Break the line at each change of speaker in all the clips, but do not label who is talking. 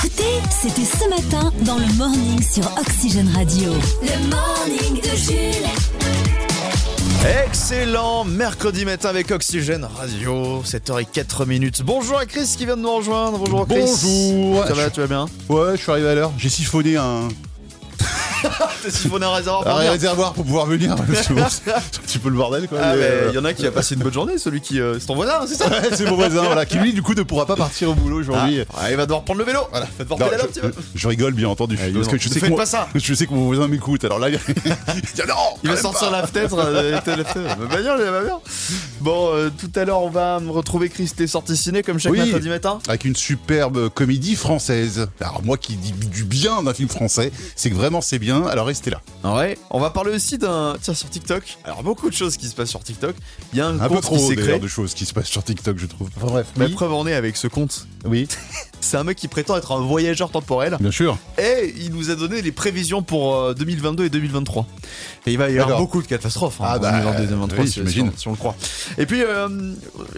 C'était ce matin dans le morning sur Oxygène Radio. Le morning de Jules.
Excellent mercredi matin avec Oxygène Radio, 7h04 minutes. Bonjour à Chris qui vient de nous rejoindre. Bonjour Chris.
Bonjour.
Ça va, tu vas bien
Ouais, je suis arrivé à l'heure. J'ai siphonné un,
T'as siphonné un réservoir pour
un
venir.
réservoir pour pouvoir venir. parce que bon, C'est un petit peu le bordel quoi.
Ah,
mais,
mais
euh,
il y en a qui a passé une bonne journée, celui qui. euh, c'est ton voisin, c'est ça
ouais, c'est mon voisin voilà, qui lui du coup ne pourra pas partir au boulot
Ah,
aujourd'hui.
ah, il va devoir prendre le vélo. Voilà, va devoir
Non,
pédalo,
je,
petit peu.
je rigole bien entendu
Eh, dis
parce que
donc,
je
ne
sais que
faites
mon-
pas ça.
je sais que mon voisin m'écoute alors là il, il dit non
Il va
quand même
sortir
pas.
la fenêtre. euh, la fenêtre. Elle va bien, elle va bien. Bon, euh, tout à l'heure, on va retrouver Chris, t'es sorti ciné comme chaque
Oui.
mercredi matin.
avec une superbe comédie française. Alors moi qui dis du bien d'un film français, c'est que vraiment c'est bien. Alors restez là.
Ah Ouais. On va parler aussi d'un. Tiens, sur TikTok. Alors, beaucoup de choses qui se passent sur TikTok. Il y a un,
Un peu
compte qui
trop
s'est créé.
d'ailleurs de choses qui se passent sur TikTok je trouve. Enfin, bref.
La
Oui.
preuve en est avec ce compte.
oui.
C'est un mec qui prétend être un voyageur temporel
Bien sûr.
et il nous a donné les prévisions pour euh, 2022 et 2023. Et il va y avoir
D'accord.
beaucoup de catastrophes hein,
Ah
en
bah,
2022 et 2023,
oui,
si- si,
j'imagine.
on- si on le croit. Et puis, euh,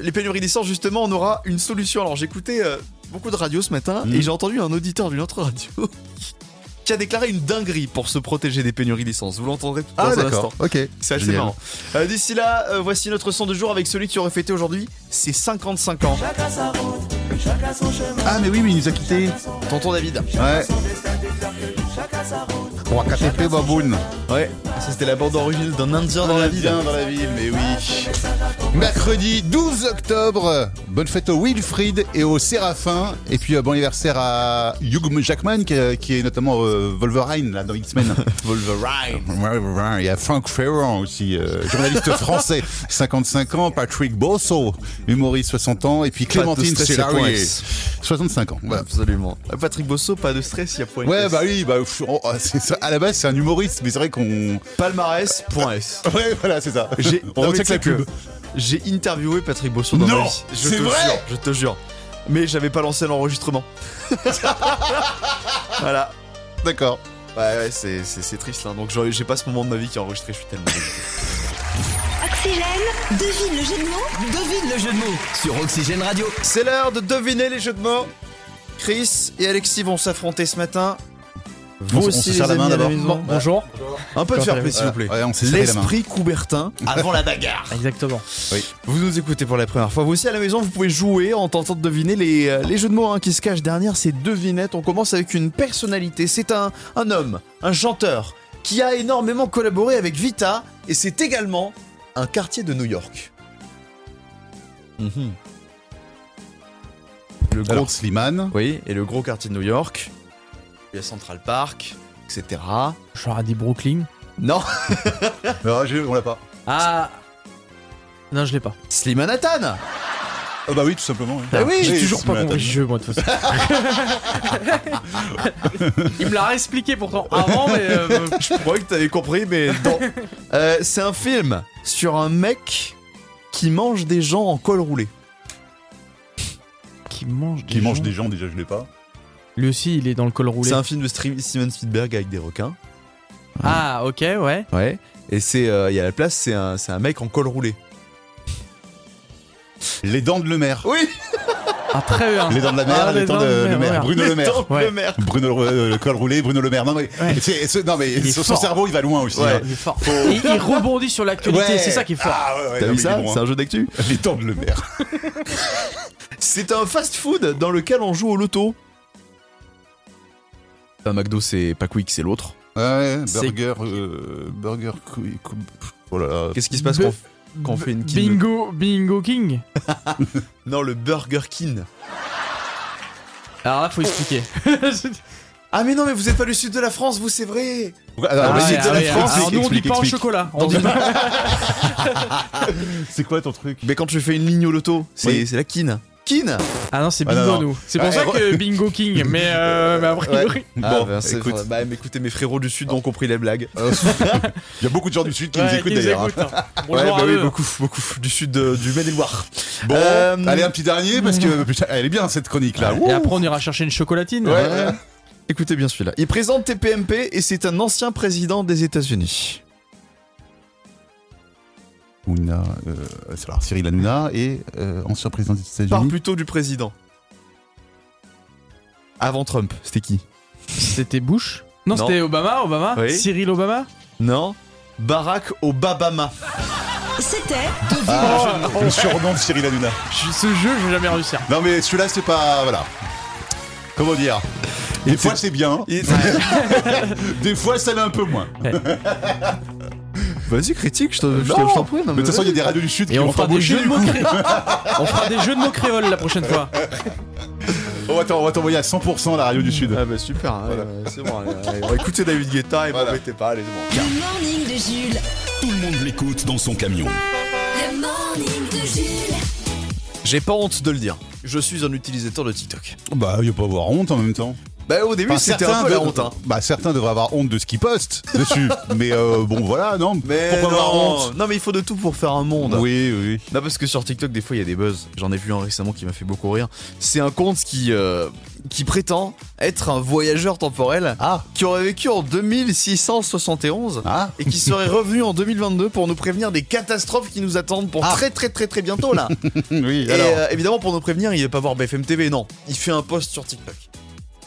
les pénuries d'essence, justement, on aura une solution. Alors, j'écoutais euh, beaucoup de radios ce matin
Mhm.
et j'ai entendu un auditeur d'une autre radio qui a déclaré une dinguerie pour se protéger des pénuries d'essence. Vous l'entendrez
Ah,
dans un instant.
Ok.
Ah, C'est assez
Génial.
marrant. Euh, D'ici là, euh, voici notre son de jour avec celui qui aurait fêté aujourd'hui ses 55 ans.
Ah mais oui mais il nous a quitté.
Tonton David.
Ouais. Wakatep Baboun.
Ouais, ça c'était la bande originale d'un Indien dans la ville.
Bien dans la ville, mais oui. Mercredi 12 octobre. Bonne fête au Wilfried et au Séraphin. Et puis euh, bon anniversaire à Hugh Jackman qui, euh, qui est notamment euh, Wolverine là dans X-Men.
Wolverine.
Wolverine. Il y a Frank Ferrand aussi, euh, journaliste français, 55 ans. Patrick Bosso, humoriste 60 ans. Et puis Clémentine
stress, c'est pour
Célarier,
S.
65 ans. Voilà.
Absolument. Euh, Patrick Bosso, pas de stress, il y a point.
Ouais
S.
bah oui bah pff, oh, c'est ça. à la base c'est un humoriste mais c'est vrai qu'on
Palmarès, point S.
ouais voilà c'est ça
J'ai-
on
Non,
retient
mais
que
tu sais
la pub
que J'ai interviewé Patrick Bosso dans
Non,
ma vie. Je
c'est
te
vrai
jure, je te jure. Mais j'avais pas lancé l'enregistrement. voilà.
d'accord
Ouais, ouais, c'est- c'est c'est triste là. Donc j'ai j'ai pas ce moment de ma vie qui est enregistré, je suis tellement.
Oxygène, devine le jeu de mots.
Devine le jeu de mots sur Oxygène Radio.
C'est l'heure de deviner les jeux de mots. Chris et Alexis vont s'affronter ce matin. Vous
On se- on
aussi,
se serre
les
la main
amis à la
d'abord.
maison.
Bon, bonjour.
Un peu de fair play, s'il vous plaît.
Ouais, on s'est serré la main.
L'esprit Coubertin avant la bagarre.
Exactement.
Vous nous écoutez pour la première fois. Vous aussi à la maison, vous pouvez jouer en tentant de deviner les, euh, les jeux de mots hein, qui se cachent derrière ces devinettes. On commence avec une personnalité. C'est un, un homme, un chanteur, qui a énormément collaboré avec Vita et c'est également un quartier de New York. Mhm. Le gros,
Alors, Slimane,
oui, et le gros quartier de New York. Il y a Central Park, etc.
J'aurais dit Brooklyn.
Non,
Ah, j'ai- on l'a pas.
Ah. Non, je l'ai pas.
Slim Manhattan
Ah bah oui, tout simplement. oui.
Ah oui,
Oui,
j'ai toujours
c'est
pas
ma
compris le
table.
jeu, moi, de toute façon. Il me l'a réexpliqué pourtant avant, mais. euh,
Je croyais que t'avais compris, mais non. Euh, c'est un film sur un mec qui mange des gens en col roulé.
qui mange des
Qui mange
gens.
des gens, déjà, je l'ai pas.
Lui aussi, il est dans le col roulé.
C'est un film de Stri- Steven Spielberg avec des requins.
Ah, ok, ouais.
Ouais. Et c'est, euh, il y a la place, c'est un, c'est un mec en col roulé.
Les dents de Le Maire.
Oui,
Ah, très bien.
Les dents de la mer,
Ah,
les dents de Le Maire.
voilà.
Bruno Le Maire.
Tant que
Ouais.
le maire.
Bruno euh, le col roulé, Bruno Le Maire. Non mais,
Ouais.
c'est- c'est- non, mais
Il est
son, son
fort.
cerveau, il va loin aussi.
Ouais.
hein.
Il est fort. Il, il rebondit sur l'actualité,
Ouais.
c'est ça qui est fort.
Ah, ouais, ouais,
T'as vu
non, mais il
ça
est bon,
C'est
hein.
un jeu d'actu.
Les dents de Le Maire.
C'est un fast-food dans lequel on joue au loto. Un McDo, c'est pas Quick, c'est l'autre.
Ouais,
C'est-
burger, euh, burger, cou- cou- oh là là.
Qu'est-ce qui se passe
Be-
quand on, quand on fait une kin de-
Bingo, bingo King.
Non, le Burger King.
Alors là, faut expliquer.
Ah mais non, mais vous êtes pas du sud de la France, vous, c'est vrai.
Pourquoi- alors,
Ah
vas-y,
ouais,
dis-la,
ah ouais,
Franck,
ah ouais.
Alors nous, on dit
explique,
pas au
explique.
chocolat. On dit pas.
C'est quoi ton truc
Mais quand tu fais une ligne au loto, c'est
Oui.
c'est la kin. Kin
Ah non, c'est
Ah non,
bingo,
non.
nous. C'est pour
Ouais,
ça
re-
que bingo King, mais, euh, mais a priori.
Ah,
Bon,
ben, c'est-
écoute.
Bah, mais écoutez, mes frérots du Sud ont compris les blagues.
Il y a beaucoup de gens du Sud qui nous
Ouais,
écoutent
qu'ils
d'ailleurs. hein.
écoutent, hein.
Ouais,
Bonjour
bah
à
oui,
eux.
beaucoup, beaucoup. Du Sud euh, du Maine-et-Loire.
Bon,
Euh,
allez, un petit dernier parce que putain, elle est bien cette chronique là.
Et après, on ira chercher une chocolatine.
Ouais.
Écoutez bien celui-là. Il présente TPMP et c'est un ancien président des États-Unis.
Hanouna, euh, c'est alors Cyril
Mmh.
Hanouna et euh, ancien président des
Parle
États-Unis.
plutôt du président. Avant Trump, c'était qui
C'était Bush Non,
Non.
c'était Obama, Obama
Oui.
Cyril Obama
Non Barack Obama.
C'était
Oh,
Ah, le surnom de Cyril Hanouna.
Je- Ce jeu, je vais jamais réussir.
Non, mais celui-là, c'est pas. Voilà. Comment dire Des fois, c'est bien.
Il-
Des fois, ça l'est un peu moins.
Vas-y, critique, je te- je te-
Non.
je t'en prie. non,
Mais de toute façon, il
vas-y.
y a des radios du Sud
Et
qui
on
vont
fera, des
t'embaucher.
jeux de
du
mots
coup.
cré- on fera des jeux de mots créoles la prochaine fois.
On va t'en- on va t'envoyer à 100% la radio du Sud.
Ah bah super, hein, euh, c'est bon. allez, allez, on va écouter David Guetta et
Voilà.
m'embêtez pas, allez, c'est bon.
le morning de Jules.
Tout le monde l'écoute dans son camion.
Le morning de Jules.
J'ai pas honte de le dire. Je suis un utilisateur de TikTok.
Bah, il n'y a pas à avoir honte en même temps.
Bah au début
Enfin,
c'était un peu la
de-
honte. Hein.
Bah, certains devraient avoir honte de ce qu'ils postent dessus. mais euh, bon, voilà, non.
Mais
pourquoi avoir
non.
honte
non mais il faut de tout pour faire un monde.
Oui, oui.
Non parce que sur TikTok des fois il y a des buzz. J'en ai vu un récemment qui m'a fait beaucoup rire. C'est un compte qui euh, qui prétend être un voyageur temporel
Ah,
qui aurait vécu en 2671
ah.
et qui serait revenu en 2022 pour nous prévenir des catastrophes qui nous attendent pour
Ah.
très très très très bientôt là.
Oui,
et
alors.
euh, évidemment pour nous prévenir il va pas voir BFM TV non. Il fait un post sur TikTok.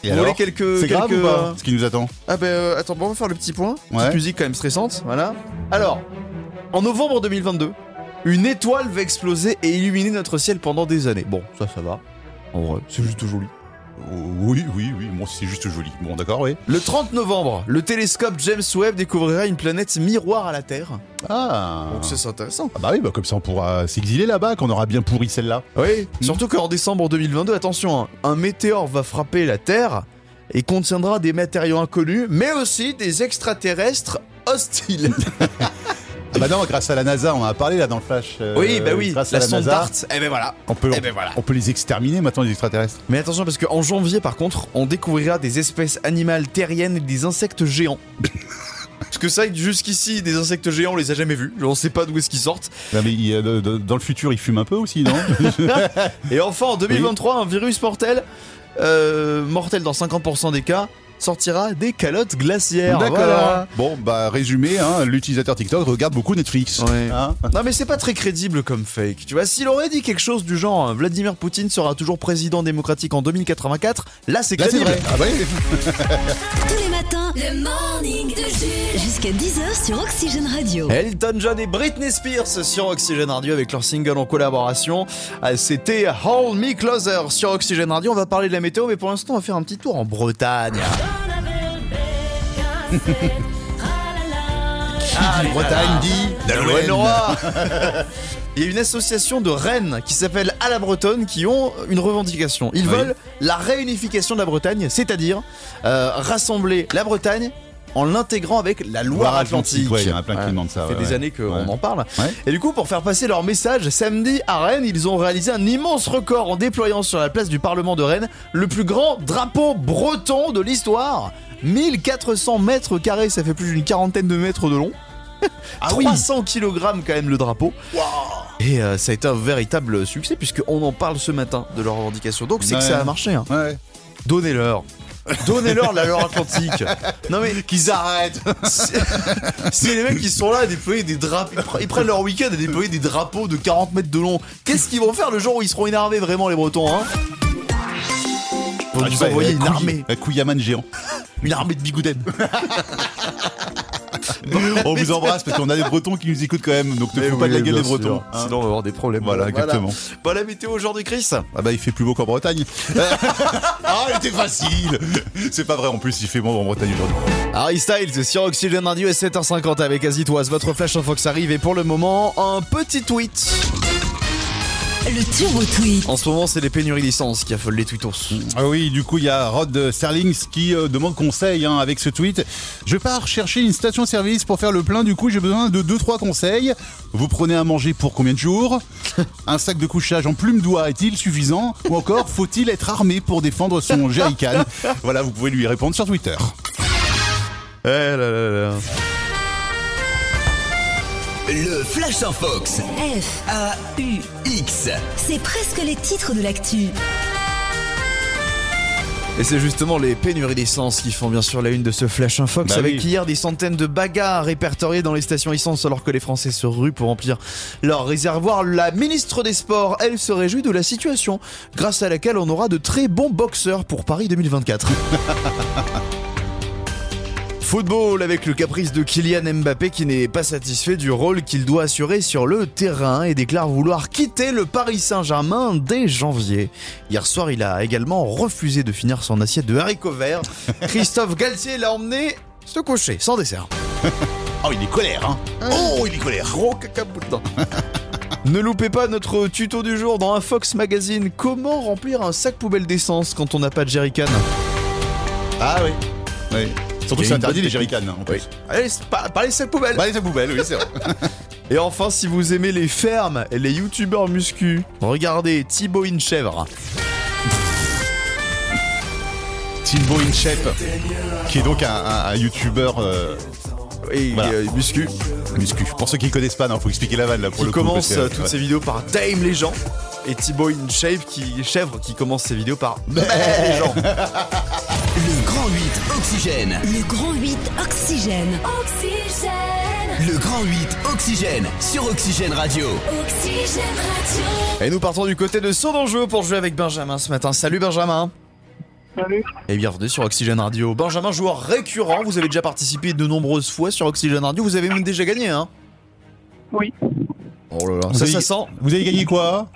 Et
Vous
alors
voulez quelques
C'est grave
quelques,
ou pas
euh,
ce qui nous attend
Ah bah euh, attends, bon, on va faire le petit point.
Ouais.
Petite musique quand même stressante, voilà. Alors, en novembre 2022, une étoile va exploser et illuminer notre ciel pendant des années. Bon, ça, ça va. En vrai, c'est juste joli.
Oh, Oui, oui, oui. Bon, c'est juste joli. Bon, d'accord, oui.
Le 30 novembre, le télescope James Webb découvrira une planète miroir à la Terre.
Ah.
Donc ça, hein. c'est intéressant.
Ah bah oui, bah comme ça on pourra s'exiler là-bas, qu'on aura bien pourri celle-là.
Oui. Surtout qu'en décembre 2022, attention, hein, un météore va frapper la Terre et contiendra des matériaux inconnus, mais aussi des extraterrestres hostiles.
Ah bah non, grâce à la NASA, on en a parlé là dans le flash. euh,
oui, bah oui,
Grâce
la,
à la
sonde
NASA,
DART. Eh ben voilà.
on peut,
Eh ben voilà.
on peut les exterminer maintenant les extraterrestres.
Mais attention parce qu'en janvier par contre, on découvrira des espèces animales terriennes et des insectes géants. parce que ça, jusqu'ici, des insectes géants, on les a jamais vus. On sait pas d'où est-ce qu'ils sortent.
Non, mais il, euh, de- de- dans le futur, ils fument un peu aussi, non
Et enfin, en 2023, un virus mortel, euh, mortel dans 50% des cas, sortira des calottes glaciaires. Voilà.
Bon, bah résumé, hein, l'utilisateur TikTok regarde beaucoup Netflix.
Ouais.
Hein
Non mais c'est pas très crédible comme fake. Tu vois, s'il aurait dit quelque chose du genre hein, Vladimir Poutine sera toujours président démocratique en 2084, là c'est
Là, c'est
crédible.
vrai. Ah bah oui.
Tous les matins, le morning de Jules. Jusqu'à 10h sur Oxygène Radio.
Elton John et Britney Spears sur Oxygène Radio avec leur single en collaboration. Ah, C'était Hold Me Closer sur Oxygène Radio. On va parler de la météo, mais pour l'instant, on va faire un petit tour en Bretagne. Ah, les Bretagne dit
Dalouen.
noire. Il y a une association de Rennes qui s'appelle À la Bretonne qui ont une revendication. Ils
Oui.
veulent la réunification de la Bretagne, c'est-à-dire euh, rassembler la Bretagne en l'intégrant avec la Loire-Atlantique.
Ouais, il y en a plein
Voilà.
qui demandent ça.
Ça fait
ouais,
des
ouais.
années qu'on
Ouais.
en parle.
Ouais.
Et du coup, pour faire passer leur message, samedi à Rennes, ils ont réalisé un immense record en déployant sur la place du Parlement de Rennes le plus grand drapeau breton de l'histoire. 1400 mètres carrés, ça fait plus d'une quarantaine de mètres de long.
Ah oui.
300 kg quand même le drapeau. Et euh, ça a été un véritable succès puisqu'on en parle ce matin de leur revendication. Donc c'est
Ouais.
que ça a marché. hein.
Ouais.
Donnez-leur. Donnez-leur la leur Atlantique. Non mais qu'ils arrêtent. C'est c'est les mecs qui sont là à déployer des drapeaux. Ils prennent leur week-end à déployer des drapeaux de 40 mètres de long. Qu'est-ce qu'ils vont faire le jour où ils seront énervés vraiment les Bretons hein Ils vont
Ah, je
nous
sais,
envoyer
un
une
couille-
armée,
Un couillaman géant.
une armée de bigouden.
on vous embrasse parce qu'on a des Bretons qui nous écoutent quand même, donc ne faut pas de la gueule des Bretons. hein.
Sinon on va avoir des problèmes.
Voilà, exactement.
Pas la météo aujourd'hui, Chris.
Ah bah il fait plus beau qu'en Bretagne. ah, il était facile. C'est pas vrai en plus, il fait bon en Bretagne aujourd'hui.
Harry Styles sur Oxygène Radio et 7h50 avec Azitoise. Votre flash en fox arrive et pour le moment, un petit tweet.
Le turbo tweet.
En ce moment, c'est les pénuries d'essence qui affolent les tweetos.
Ah oui, du coup il y a Rod Serlings qui euh, demande conseil hein, avec ce tweet. Je pars chercher une station-service pour faire le plein, du coup j'ai besoin de 2-3 conseils. Vous prenez à manger pour combien de jours Un sac de couchage en plume d'oie est-il suffisant Ou encore faut-il être armé pour défendre son jerrycan Voilà, vous pouvez lui répondre sur Twitter.
Eh là là là.
Le Flash en Fox.
F,
A-U-X.
c'est presque les titres de l'actu.
Et c'est justement les pénuries d'essence qui font bien sûr la une de ce Flash Infox
Bah
avec
oui.
hier des centaines de bagarres répertoriées dans les stations essence alors que les Français se ruent pour remplir leur réservoir. La ministre des Sports, elle, se réjouit de la situation grâce à laquelle on aura de très bons boxeurs pour Paris 2024. Football avec le caprice de Kylian Mbappé qui n'est pas satisfait du rôle qu'il doit assurer sur le terrain et déclare vouloir quitter le Paris Saint-Germain dès janvier. Hier soir, il a également refusé de finir son assiette de haricots verts. Christophe Galtier l'a emmené se coucher sans dessert.
Oh, il est colère, hein Oh, il est colère
Gros caca bout dedans. Ne loupez pas notre tuto du jour dans un Fox Magazine. Comment remplir un sac poubelle d'essence quand on n'a pas de jerrycan
Ah oui. oui. Surtout que
Il y a
c'est
une
interdit
bonne
les jerrycans. hein, en plus.
Allez, c'est pas, pas les sacs poubelles.
Bah, les poubelles, oui, c'est vrai.
Et enfin, si vous aimez les fermes et les youtubeurs muscu, regardez Thibaut Inchèvre.
Timbo InShape, qui est donc un, un- un youtubeur euh,
Et
Voilà.
euh, muscu,
muscu. Pour ceux qui ne connaissent pas, non, faut expliquer la vanne là pour
qui
le coup,
commence
parce que,
euh, toutes
ouais.
ses vidéos par Dame les gens. Et Thibaut InShape, qui, chèvre, qui commence ses vidéos par les gens.
Le Grand 8 Oxygène.
Le grand 8 Oxygène.
Oxygène,
Le Grand 8 Oxygène sur Oxygène Radio.
oxygène radio.
Et nous partons du côté de Sodangeau pour jouer avec Benjamin ce matin. Salut Benjamin
Salut.
Et bienvenue sur Oxygène Radio. Benjamin, joueur récurrent, vous avez déjà participé de nombreuses fois sur Oxygène Radio, vous avez même déjà gagné, hein
Oui.
Oh là là,
Vous
ça,
avez-
ça sent
Vous avez gagné quoi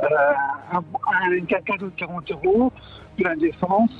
Un, un- un cadeau de 40 euros, de la défense,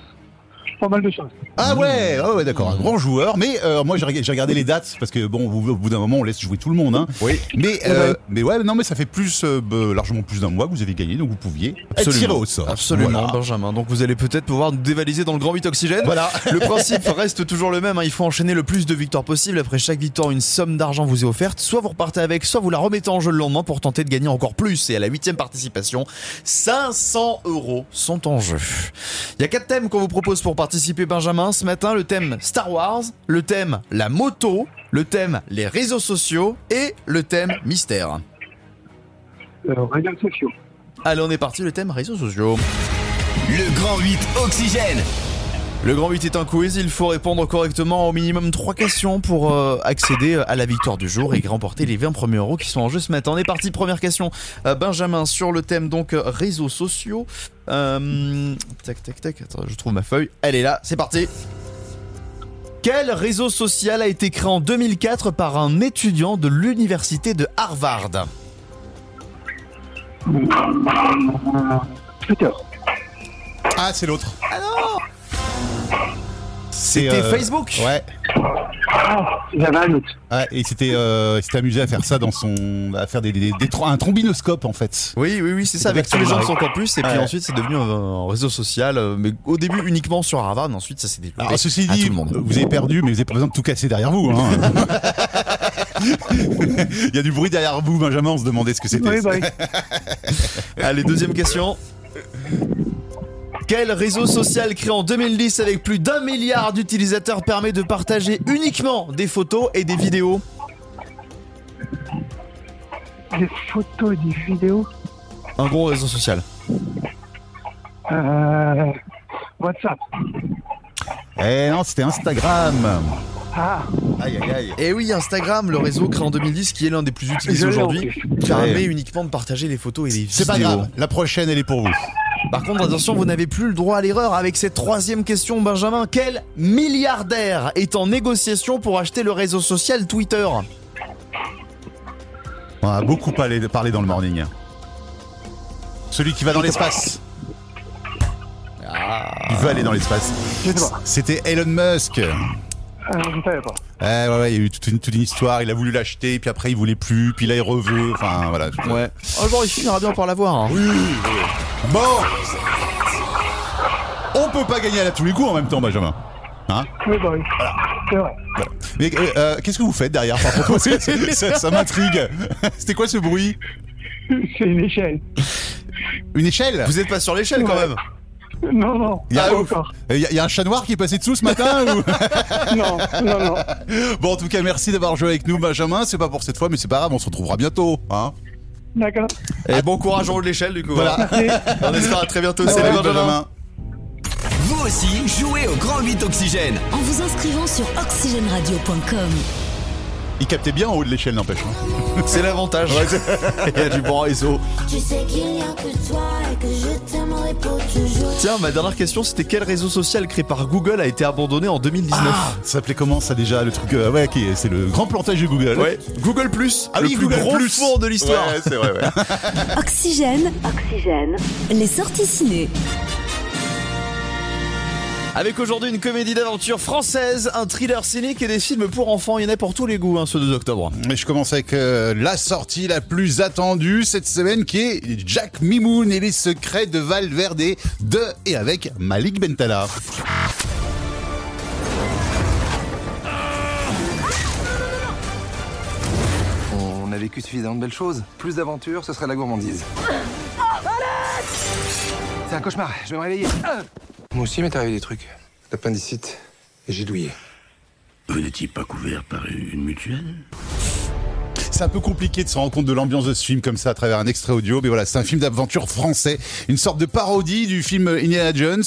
pas mal de choses.
Ah ouais, ouais, ouais, d'accord, un grand joueur. Mais euh, moi j'ai regardé, j'ai regardé les dates parce que bon, au, au bout d'un moment on laisse jouer tout le monde. Hein.
Oui.
Mais euh, mais ouais, non mais ça fait plus euh, bah, largement plus d'un mois que vous avez gagné, donc vous pouviez être tiré au sort.
Absolument,
Voilà.
Benjamin. Donc vous allez peut-être pouvoir nous dévaliser dans le grand 8 oxygène.
Voilà.
Le principe reste toujours le même, hein. il faut enchaîner le plus de victoires possible. Après chaque victoire, une somme d'argent vous est offerte. Soit vous repartez avec, soit vous la remettez en jeu le lendemain pour tenter de gagner encore plus. Et à la huitième participation, 500 euros sont en jeu. Il y a quatre thèmes qu'on vous propose pour participer, Benjamin. Ce matin, le thème Star Wars, le thème la moto, le thème les réseaux sociaux et le thème mystère.
Euh, réseaux sociaux.
Allez, on est parti, le thème réseaux sociaux.
Le Grand 8 Oxygène.
Le grand 8 est un quiz, il faut répondre correctement au minimum 3 questions pour euh, accéder à la victoire du jour et remporter les 20 premiers euros qui sont en jeu ce matin. On est parti, première question. Euh, Benjamin, sur le thème donc euh, réseaux sociaux. Euh, tac, tac, tac, attends, je trouve ma feuille. Elle est là, c'est parti. Quel réseau social a été créé en 2004 par un étudiant de l'université de Harvard
Euh, Twitter.
Ah c'est l'autre.
C'était
euh,
Facebook
Ouais.
Ah, j'avais un autre.
Ah, et c'était euh, il s'était amusé à faire ça dans son à faire des, des- des tro- un trombinoscope en fait.
Oui, oui, oui, c'est ça. Avec
Avec
tous les
son
gens
mari.
qui sont campus, et puis
Ouais.
ensuite c'est devenu un, un réseau social, euh, mais au début uniquement sur Harvard, ensuite ça s'est développé.
Alors ceci
à
dit,
tout le monde.
vous avez perdu, mais vous avez pas besoin de tout casser derrière vous. Hein. Il y a du bruit derrière vous, Benjamin. On se demandait ce que c'était.
Oui, bah oui.
Allez, deuxième question. Quel réseau social créé en 2010 avec plus d'un milliard d'utilisateurs permet de partager uniquement des photos et des vidéos
Des photos et des vidéos.
Un gros réseau social.
Euh, WhatsApp.
Eh non, c'était Instagram.
Ah,
Aïe aïe aïe.
Et Eh oui, Instagram, le réseau créé en 2010 qui est l'un des plus utilisés
Je l'ai
aujourd'hui,
en
permet
Ouais.
uniquement de partager les photos et les vidéos.
C'est pas grave. La prochaine, elle est pour vous.
Par contre, attention, vous n'avez plus le droit à l'erreur avec cette troisième question, Benjamin. Quel milliardaire est en négociation pour acheter le réseau social Twitter
On a beaucoup parlé, parlé dans le morning. Celui qui va dans l'espace. Il veut aller dans l'espace.
je sais pas.
C'était Elon Musk.
Euh, je ne savais pas.
Eh, ouais, ouais, il y a eu toute une, toute une histoire. Il a voulu l'acheter, puis après il voulait plus, puis là il reveut. Enfin voilà.
Ouais. Un jour, Oh, il finira bien par l'avoir. hein.
Bon On peut pas gagner à la tous les coups en même temps, Benjamin. Hein
Oui, bah oui. C'est vrai.
Mais euh, euh, qu'est-ce que vous faites derrière par contre Ça, ça- ça m'intrigue. C'était quoi ce bruit
C'est une échelle.
Une échelle
Vous n'êtes pas sur l'échelle quand
Ouais.
même
Non, non.
Il y, a, euh,
pas encore.
il y a- il y a un chat noir qui est passé dessous ce matin ou-
Non, non, non.
Bon, en tout cas, merci d'avoir joué avec nous, Benjamin. C'est pas pour cette fois, mais c'est pas grave, on se retrouvera bientôt. Hein
D'accord.
Et bon courage en haut de l'échelle, du coup.
Voilà. Ah
On espère à très bientôt.
Salut,
Salut, Benjamin.
Vous aussi, jouez au Grand 8 Oxygène.
en vous inscrivant sur oxygenradio.com.
Il captait bien en haut de l'échelle, n'empêche. hein.
C'est l'avantage. Il y a du bon réseau.
Tu sais qu'il n'y a que toi et que je t'aimerai pour toujours.
Tiens, ma dernière question, c'était quel réseau social créé par Google a été abandonné en 2019
Ça s'appelait comment ça déjà le truc euh, Ouais, ok, c'est le grand plantage de Google.
Ouais, Google Plus,
Ah
le
oui,
plus
Google
gros
Plus.
four de l'histoire.
Ouais, c'est vrai. Ouais.
Oxygène. Oxygène. Les sorties ciné.
Avec aujourd'hui une comédie d'aventure française, un thriller cynique et des films pour enfants. Il y en a pour tous les goûts, hein, ce 2 octobre.
Et je commence avec euh, la sortie la plus attendue cette semaine qui est Jack Mimoun et les secrets de Valverde de et avec Malik Bentala.
On a vécu suffisamment de belles choses. Plus d'aventures, ce serait la gourmandise. C'est un cauchemar, je vais me réveiller. Euh Moi aussi, il m'est arrivé des trucs. L'appendicite, et j'ai douillé.
Vous n'étiez pas couvert par une mutuelle
C'est un peu compliqué de se rendre compte de l'ambiance de ce film comme ça à travers un extrait audio, mais voilà, c'est un film d'aventure français, une sorte de parodie du film Indiana Jones.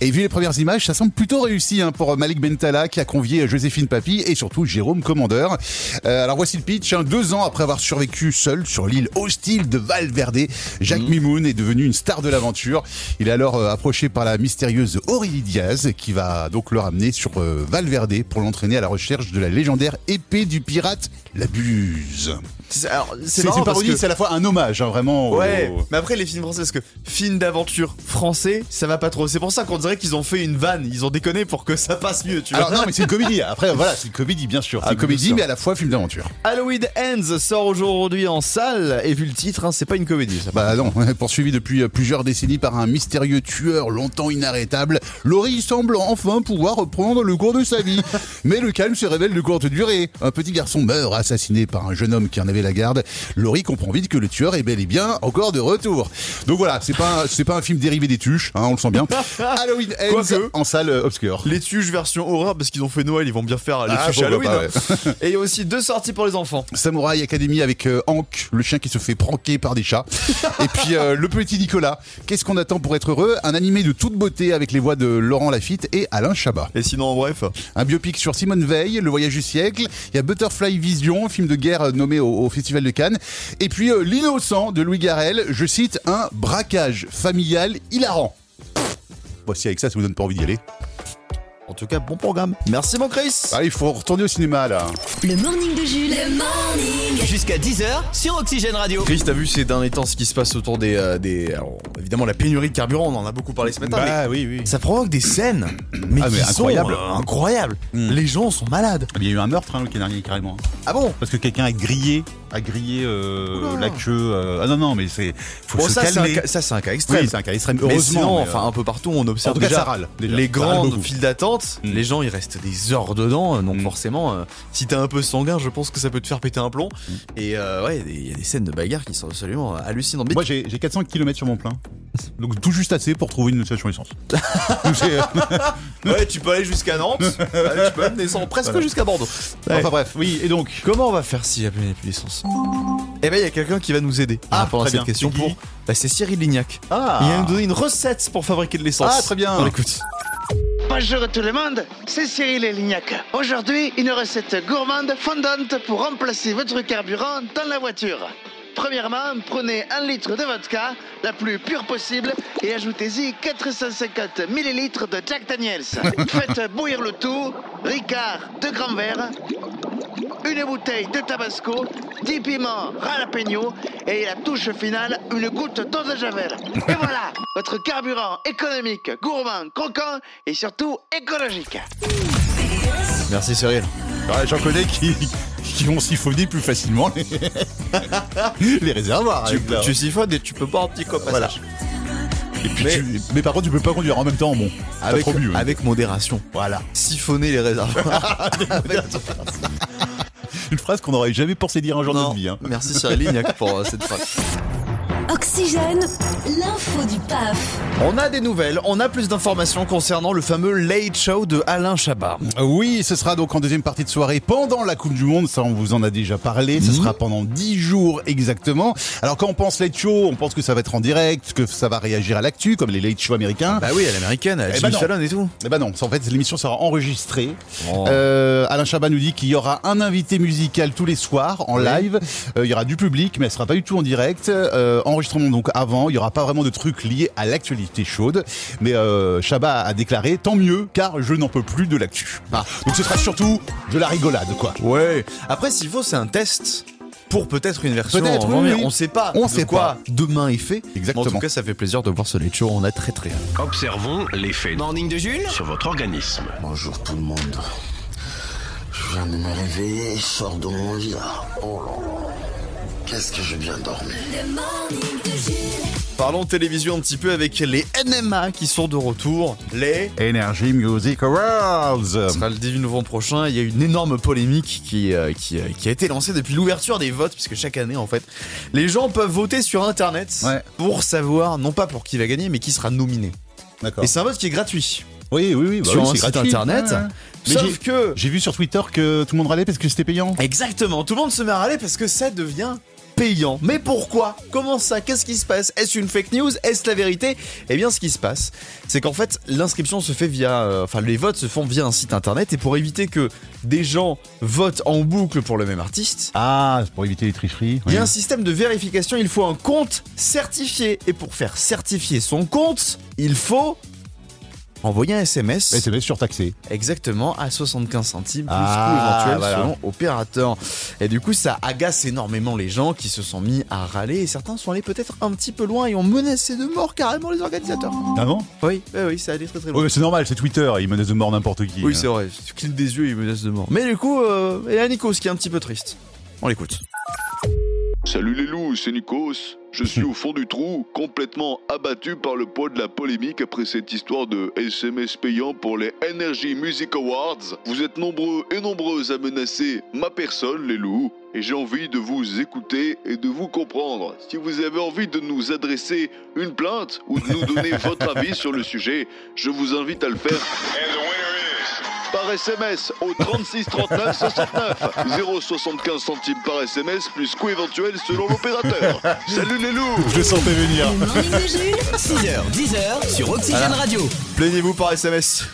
Et vu les premières images, ça semble plutôt réussi hein, pour Malik Bentala qui a convié Joséphine Papy et surtout Jérôme Commandeur. Euh, alors voici le pitch, hein. deux ans après avoir survécu seul sur l'île hostile de Valverde, Jacques Mimoun est devenu une star de l'aventure. Il est alors euh, approché par la mystérieuse Aurélie Diaz qui va donc le ramener sur euh, Valverde pour l'entraîner à la recherche de la légendaire épée du pirate, la Buse.
C'est alors, c'est
C'est
marrant
une
parce
parodie,
que- Oh.
c'est à la fois un hommage, hein, vraiment. au-
Ouais, mais après les films français, parce que films d'aventure français, ça va pas trop. C'est pour ça qu'on dirait qu'ils ont fait une vanne, ils ont déconné pour que ça passe mieux, tu vois.
Alors non, mais c'est une comédie. Après, voilà, c'est une comédie, bien sûr.
Ah,
C'est une
bien
comédie,
sûr.
mais à la fois film d'aventure.
Halloween Ends sort aujourd'hui en salle, et vu le titre, hein, c'est pas une comédie. Ça.
Bah non, poursuivi depuis euh, plusieurs décennies par un mystérieux tueur longtemps inarrêtable, Laurie semble enfin pouvoir reprendre le cours de sa vie. Mais le calme se révèle de courte durée. Un petit garçon meurt assassiné par un jeune homme qui en avait la garde. Laurie comprend vite que le tueur est bel et bien encore de retour. Donc voilà, c'est pas un- c'est pas un film dérivé des tuches, hein, on le sent bien. Halloween Ends
Quoique.
en salle euh, obscure.
Les tuches version horreur, parce qu'ils ont fait Noël, ils vont bien faire les
Ah,
tuches
pourquoi
Halloween.
pas,
hein. et il y a aussi deux sorties pour les enfants.
Samurai Academy avec euh, Hank, le chien qui se fait pranker par des chats. Et puis euh, le petit Nicolas. Qu'est-ce qu'on attend pour être heureux Un animé de toute beauté avec les voix de Laurent Lafitte et Alain Chabat.
Et sinon, en bref,
Un biopic sur Simone Veil, Le Voyage du siècle. Il y a Butterfly Vision, film de guerre euh, nommé au, au Festival de Cannes. Et puis euh, L'innocent de Louis Garrel. Je cite un braquage familial hilarant. Pff. Bon, si avec ça, ça vous donne pas envie d'y aller.
en tout cas, bon programme. Merci mon Chris.
Allez, Ah, il faut retourner au cinéma là.
Le morning de Jules.
Le morning.
Jusqu'à 10h sur Oxygène Radio.
Chris, t'as vu ces derniers temps ce qui se passe autour des. euh, des alors, évidemment, la pénurie de carburant, on en a beaucoup parlé ce matin. mais
oui, oui.
ça provoque des scènes, mais,
Bah. Ah, mais
qui sont,
incroyable.
euh, incroyables.
Mm.
Les gens sont malades.
Il y a eu un meurtre hein, le week-end dernier, carrément.
Ah bon
Parce que quelqu'un a grillé, a grillé euh, la queue. euh, Ah non, non, mais c'est. Faut
Bon,
se
ça, c'est un
calmer.
cas- ça, c'est un cas extrême.
Oui, c'est un cas extrême.
Mais
Heureusement.
sinon,
mais, euh,
enfin, un peu partout, on observe
en tout cas,
déjà
ça râle, déjà.
les
Ça râle
grandes
beaucoup.
files d'attente.
Mm.
Les gens, ils restent des heures dedans. euh, Donc,
Mm.
forcément, euh, si t'es un peu sanguin, je pense que ça peut te faire péter un plomb.
Hmm.
Et euh, ouais, il y a des scènes de bagarre qui sont absolument euh, hallucinantes. Mais
Moi, j'ai j'ai 400 km sur mon plein. Donc, tout juste assez pour trouver une station essence. Donc, c'est, euh,
ouais, tu peux aller jusqu'à Nantes. Ouais, tu peux même descendre presque
Voilà.
jusqu'à Bordeaux.
Enfin, bref, oui, et donc.
Comment on va faire si jamais il n'y a plus d'essence Eh ben, il y a quelqu'un qui va nous aider
Ah,
pendant
très
cette
bien.
question
C'est qui
pour. Bah, c'est Cyril Lignac.
Ah
Il va nous donner une recette pour fabriquer de l'essence.
Ah, très bien.
On écoute.
Bonjour tout le monde, c'est Cyril Lignac. Aujourd'hui, une recette gourmande fondante pour remplacer votre carburant dans la voiture. Premièrement, prenez un litre de vodka, la plus pure possible, et ajoutez-y 450 millilitres de Jack Daniels. Faites bouillir le tout, Ricard, deux grands verres, une bouteille de tabasco, 10 piments ralapeno et la touche finale, une goutte d'eau de javel. Et voilà, votre carburant économique, gourmand, croquant et surtout écologique.
Merci Cyril.
Ouais, bah, J'en connais qui, qui vont siphonner plus facilement les, les réservoirs.
Tu,
avec la-
tu siphonnes et tu peux boire un petit copain.
Ah, Voilà. Et puis, tu- mais... par contre, tu peux pas conduire en même temps. Bon, T'as
Avec,
trop bu. hein.
avec modération.
Voilà.
Siphonner les réservoirs.
Une phrase qu'on n'aurait jamais pensé dire un jour de
Non.
notre vie. hein.
Merci Cyril Lignac pour euh, cette phrase.
Oxygène, l'info du PAF.
On a des nouvelles, on a plus d'informations concernant le fameux Late Show de Alain Chabat.
Oui, ce sera donc en deuxième partie de soirée pendant la Coupe du Monde. Ça, on vous en a déjà parlé. Ce sera pendant 10 jours exactement. Alors, quand on pense late show, on pense que ça va être en direct, que ça va réagir à l'actu, comme les late show américains.
Bah oui, à l'américaine, à
Eh ben
Jimmy
non.
Fallon et tout.
Eh ben non, en fait, l'émission sera enregistrée.
Oh.
Euh, Alain Chabat nous dit qu'il y aura un invité musical tous les soirs en live. Euh, il y aura du public, mais elle sera pas du tout en direct. Euh, enregistrement donc avant. Il y aura pas vraiment de trucs liés à l'actualité chaude. Mais euh, Chabat a déclaré tant mieux, car je n'en peux plus de l'actu. Ah, donc ce sera surtout de la rigolade, quoi.
Ouais. Après, s'il faut, c'est un test pour peut-être une version.
Peut-être,
en
oui,
vrai.
oui.
On sait pas.
On
de
sait
quoi demain est fait.
Exactement.
Mais En tout cas, ça fait plaisir de voir ce late show. On a très très hâte.
Observons l'effet
Morning de Jules
sur votre organisme.
Bonjour tout le monde. Je viens de me réveiller, je sors de mon lit là. Oh là là. Qu'est-ce que j'ai bien dormi.
Le morning de Jules.
Parlons télévision un petit peu avec les NMA qui sont de retour. Les.
Energy Music Awards.
Ce sera le 18 novembre prochain. Il y a une énorme polémique qui, euh, qui, euh, qui a été lancée depuis l'ouverture des votes, puisque chaque année, en fait, les gens peuvent voter sur Internet
Ouais.
pour savoir, non pas pour qui va gagner, mais qui sera nominé.
D'accord.
Et c'est un vote qui est gratuit
Oui, oui, oui. bah
sur
oui,
un
c'est
site
gratuit.
Internet.
Ouais. Mais
Sauf
j'ai-
que.
J'ai vu sur Twitter que tout le monde râlait parce que c'était payant.
Exactement, tout le monde se met à râler parce que ça devient payant. Mais pourquoi Comment ça Qu'est-ce qui se passe Est-ce une fake news Est-ce la vérité Eh bien, ce qui se passe, c'est qu'en fait, l'inscription se fait via... euh, Enfin, les votes se font via un site internet et pour éviter que des gens votent en boucle pour le même artiste,
Ah, c'est pour éviter les tricheries.
il y a
oui.
un système de vérification, il faut un compte certifié. Et pour faire certifier son compte, il faut... Envoyer un SMS.
SMS surtaxé.
Exactement, à 75 centimes, plus
Ah,
coût éventuel
voilà.
selon opérateur. Et du coup, ça agace énormément les gens qui se sont mis à râler et certains sont allés peut-être un petit peu loin et ont menacé de mort carrément les organisateurs.
Ah bon
Oui, oui, oui, ça allait très très
Oui,
loin.
mais c'est normal, c'est Twitter, ils menacent de mort n'importe qui. hein.
Oui, c'est vrai, tu clignes des yeux et ils menacent de mort. Mais du coup, euh, il y a Nico, ce qui est un petit peu triste. On l'écoute.
Salut les loups, c'est Nikos. Je suis au fond du trou, complètement abattu par le poids de la polémique après cette histoire de SMS payant pour les Energy Music Awards. Vous êtes nombreux et nombreuses à menacer ma personne, les loups, et j'ai envie de vous écouter et de vous comprendre. Si vous avez envie de nous adresser une plainte ou de nous donner votre avis sur le sujet, je vous invite à le faire par SMS au 36 39 69 0,75 centimes par SMS plus coût éventuel selon l'opérateur. Salut les loups
Je le sentais venir.
Le morning de Jules.
6h, 10h sur Oxygène Radio.
Plaignez-vous par SMS.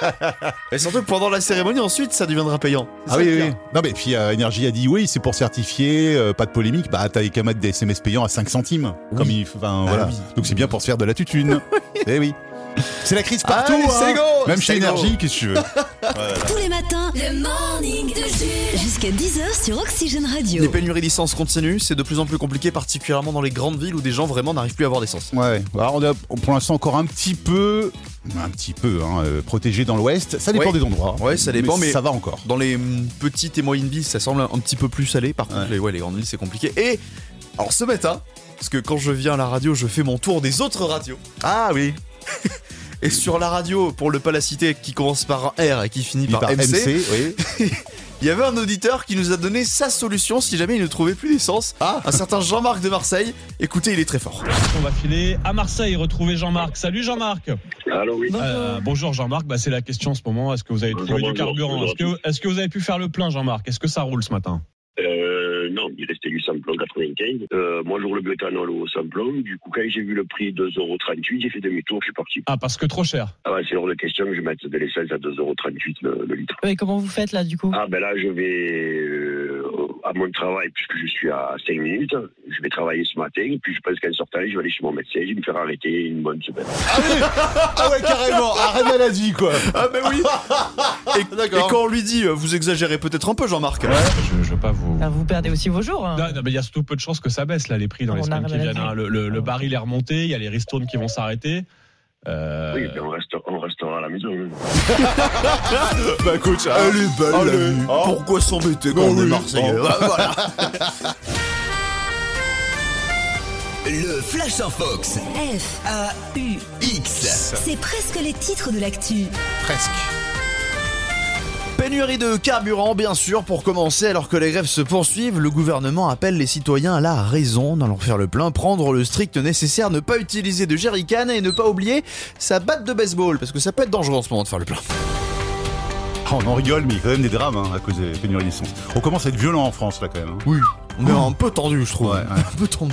et surtout que pendant la cérémonie, ensuite, ça deviendra payant. C'est
Ah
ça
oui,
le
oui.
pire.
oui. Non, mais puis euh, Energy a dit oui, c'est pour certifier, euh, pas de polémique. Bah, t'as les qu'à mettre des SMS payants à 5 centimes. Comme il, enfin, voilà.
oui.
Donc c'est bien pour se faire de la tutune. eh Bah oui. C'est la crise partout.
Allez,
hein.
c'est go,
Même
c'est
chez
go.
Energy, qu'est-ce que tu veux
Tous les matins, le morning de Jules. Jusqu'à 10h sur Oxygène Radio.
Les pénuries d'essence continuent, c'est de plus en plus compliqué, particulièrement dans les grandes villes où des gens vraiment n'arrivent plus à avoir d'essence.
Ouais, alors on est pour l'instant encore un petit peu, un petit peu, hein, euh, protégé dans l'Ouest. Ça dépend
Ouais.
des endroits.
Ouais, ça dépend, mais-
ça va encore.
Dans les mm, petites et moyennes villes, ça semble un, un petit peu plus salé. Par contre, les, ouais, les grandes villes, c'est compliqué. Et alors ce matin, parce que quand je viens à la radio, je fais mon tour des autres radios. Ah oui Et sur la radio, pour le pas la citer, qui commence par R et qui finit
Il
par,
part
MC,
oui.
il y avait un auditeur qui nous a donné sa solution si jamais il ne trouvait plus d'essence. Ah Un certain Jean-Marc de Marseille. Écoutez, il est très fort.
On va filer à Marseille retrouver Jean-Marc. Salut Jean-Marc.
Allô, oui.
Euh, bonjour Jean-Marc. Bah, c'est la question en ce moment. Est-ce que vous avez
Bonjour,
trouvé du
bonjour,
carburant
bonjour.
Est-ce que, est-ce que vous avez pu faire le plein Jean-Marc Est-ce que ça roule ce matin
Euh, non, il restait du samplon 95. Euh, moi, j'ouvre le bioéthanol au samplon. Du coup, quand j'ai vu le prix 2,38€, j'ai fait demi-tour, je suis parti.
Ah, parce que trop cher.
Ah, bah, c'est hors de question que je mette de l'essence à 2,38€ le, le litre.
Et comment vous faites là du coup
Ah, ben là, je vais euh, à mon travail, puisque je suis à 5 minutes. Je vais travailler ce matin, puis je pense qu'en sortant, je vais aller chez mon médecin, je vais me faire arrêter une bonne semaine.
Ah ouais, carrément, arrête maladie, quoi.
Ah bah oui et,
D'accord.
et quand on lui dit, euh, vous exagérez peut-être un peu Jean-Marc.
Je, je veux pas vous.
Bah, Vous perdez aussi vos jours. hein.
Non, non, mais il y a surtout peu de chances que ça baisse là les prix dans
On
les semaines
arrive
qui
à la
viennent.
fin.
hein. Le, le- le
Ah.
baril est remonté. Il y a les restos qui vont s'arrêter. Euh,
Oui, ben, on, reste, on restera à la maison. hein.
Bah coach, allez, Oh, balle la nuit.
Pourquoi s'embêter
Non, oui. Oh.
Bah, voilà.
Le Flash en Fox.
F,
A-U-X.
c'est presque les titres de l'actu.
Presque.
Pénurie de carburant, bien sûr, pour commencer, alors que les grèves se poursuivent, le gouvernement appelle les citoyens à la raison, n'allant faire le plein, prendre le strict nécessaire, ne pas utiliser de jerrycan et ne pas oublier sa batte de baseball, parce que ça peut être dangereux en ce moment de faire le plein.
Ah, on en rigole, mais il y a quand même des drames hein, à cause des pénuries d'essence. On commence à être violent en France, là, quand même. hein.
Oui, mais un peu tendu, je trouve. Un peu tendu.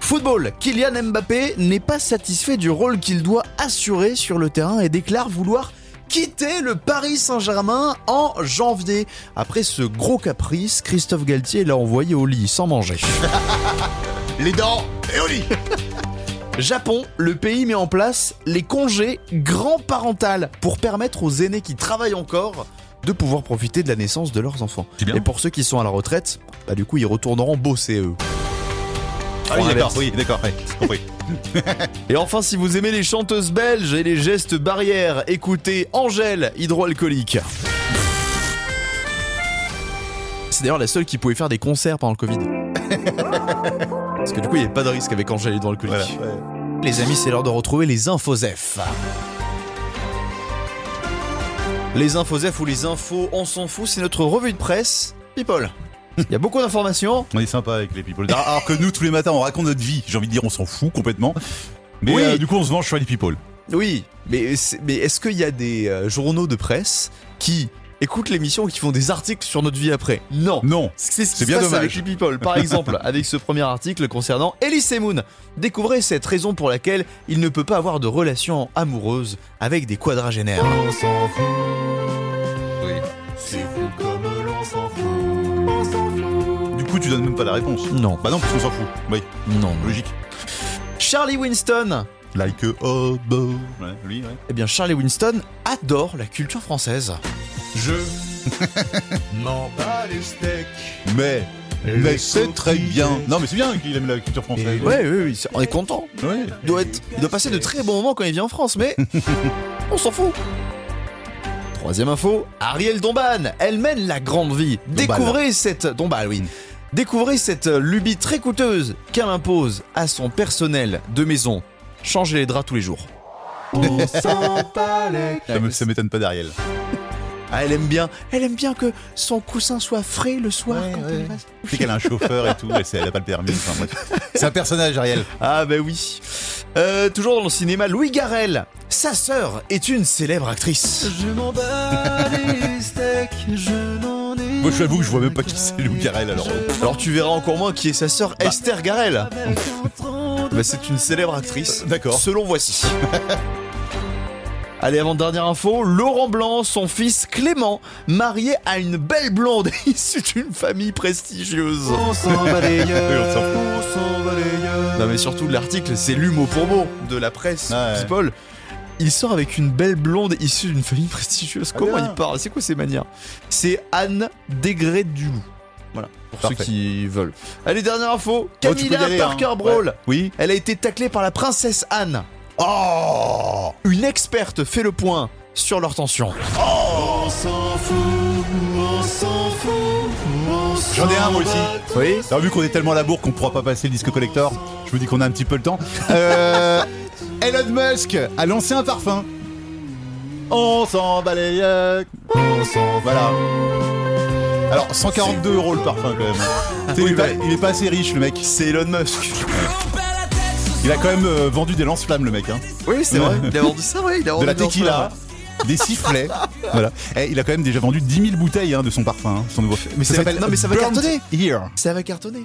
Football, Kylian Mbappé n'est pas satisfait du rôle qu'il doit assurer sur le terrain et déclare vouloir quitter le Paris Saint-Germain en janvier. Après ce gros caprice, Christophe Galtier l'a envoyé au lit sans manger.
Les dents et au lit
Japon, le pays met en place les congés grands-parentales pour permettre aux aînés qui travaillent encore de pouvoir profiter de la naissance de leurs enfants. Et pour ceux qui sont à la retraite, bah du coup ils retourneront bosser eux.
Ah oui,
On
d'accord,
inverse.
oui, d'accord, ouais, compris.
Et enfin, si vous aimez les chanteuses belges et les gestes barrières, écoutez Angèle, hydroalcoolique. C'est d'ailleurs la seule qui pouvait faire des concerts pendant le Covid. Parce que du coup, il n'y avait pas de risque avec Angèle hydroalcoolique. Les amis, c'est l'heure de retrouver les infosef. Les infosef ou les infos, on s'en fout, c'est notre revue de presse. People. Il y a beaucoup d'informations.
On est sympa avec les people. Ah, Alors que nous, tous les matins, on raconte notre vie. J'ai envie de dire, on s'en fout complètement. Mais
Oui.
euh, du coup, on se venge sur les people.
Oui, mais, c'est- mais est-ce qu'il y a des euh, journaux de presse qui écoutent l'émission et qui font des articles sur notre vie après Non.
Non.
C'est ce qui se
C'est bien
passe
dommage.
avec les People, par exemple, avec ce premier article concernant Elise Moon. Découvrez cette raison pour laquelle il ne peut pas avoir de relation amoureuse avec des quadragénaires.
C'est fou comme l'on s'en fout. Du coup, tu donnes même pas la réponse.
Non.
Bah non, parce qu'on s'en fout. Oui.
Non.
Logique.
Charlie Winston
Like a hobo. Ouais, lui, ouais.
Eh bien, Charlie Winston adore la culture française.
Je
m'en
bats les steaks. Mais, mais c'est très bien. Non, mais c'est bien qu'il aime la culture française.
Ouais, oui, oui, c'est- on est content. Il, doit être- il doit passer de très bons moments quand il vient en France, mais on s'en fout. Troisième info, Ariel Dombal, elle mène la grande vie. Découvrez cette Dombal, oui. Découvrez cette euh, lubie très coûteuse qu'elle impose à son personnel de maison. Changer les draps tous les jours.
Ça me- ça m'étonne pas d'Ariel.
Ah, elle aime bien, elle aime bien que son coussin soit frais le soir quand elle passe.
C'est qu'elle a un chauffeur et tout, et c'est- elle a pas le permis. Enfin, bref. C'est un personnage, Ariel.
Ah bah oui. Euh, toujours dans le cinéma, Louis Garrel, sa sœur est une célèbre actrice.
Je m'en bats les steaks, je n'en ai.
Moi, je t'avoue que je vois même pas qui c'est Lou Garrel alors.
Alors tu verras encore moins qui est sa sœur Esther Garrel. Bah, c'est une célèbre
Euh,
actrice. Euh, D'accord. Selon voici. Allez, avant dernière info, Laurent Blanc, son fils Clément, marié à une belle blonde issue d'une famille prestigieuse.
Euh,
Non mais surtout l'article c'est l'hume au pour mot de la presse People. Il sort avec une belle blonde issue d'une famille prestigieuse. Comment
Ah bien.
il parle C'est quoi ses manières C'est Anne Degré du Loup. Voilà, pour ceux qui veulent. Allez, dernière info.
Oh, tu peux y
Camilla
aller, hein.
Parker Brawl.
Ouais. Oui.
Elle a été taclée par la princesse Anne. Oh Une experte fait le point sur leur tension.
On s'en fout, on s'en fout, on s'en
J'en ai un moi aussi.
bat.
Oui.
Alors, vu qu'on est tellement à la bourre qu'on pourra pas passer le disque collector, je me dis qu'on a un petit peu le temps. Euh, Elon Musk a lancé un parfum. On s'en balaye. On s'en voilà. Alors 142 euros le parfum quand même. Tu sais, il, est pas, il est pas assez riche le mec.
C'est Elon Musk.
Il a quand même euh, vendu des lance-flammes le mec. hein.
Oui, c'est vrai. Il a vendu ça, oui. Il a vendu
de la
dans ce
tequila,
moment-là.
des sifflets. voilà. Et il a quand même déjà vendu 10 000 bouteilles hein, de son parfum, hein, son nouveau.
Mais ça va-
s'appelle
non, mais ça va
Burnt
cartonner.
Here.
Ça va cartonner.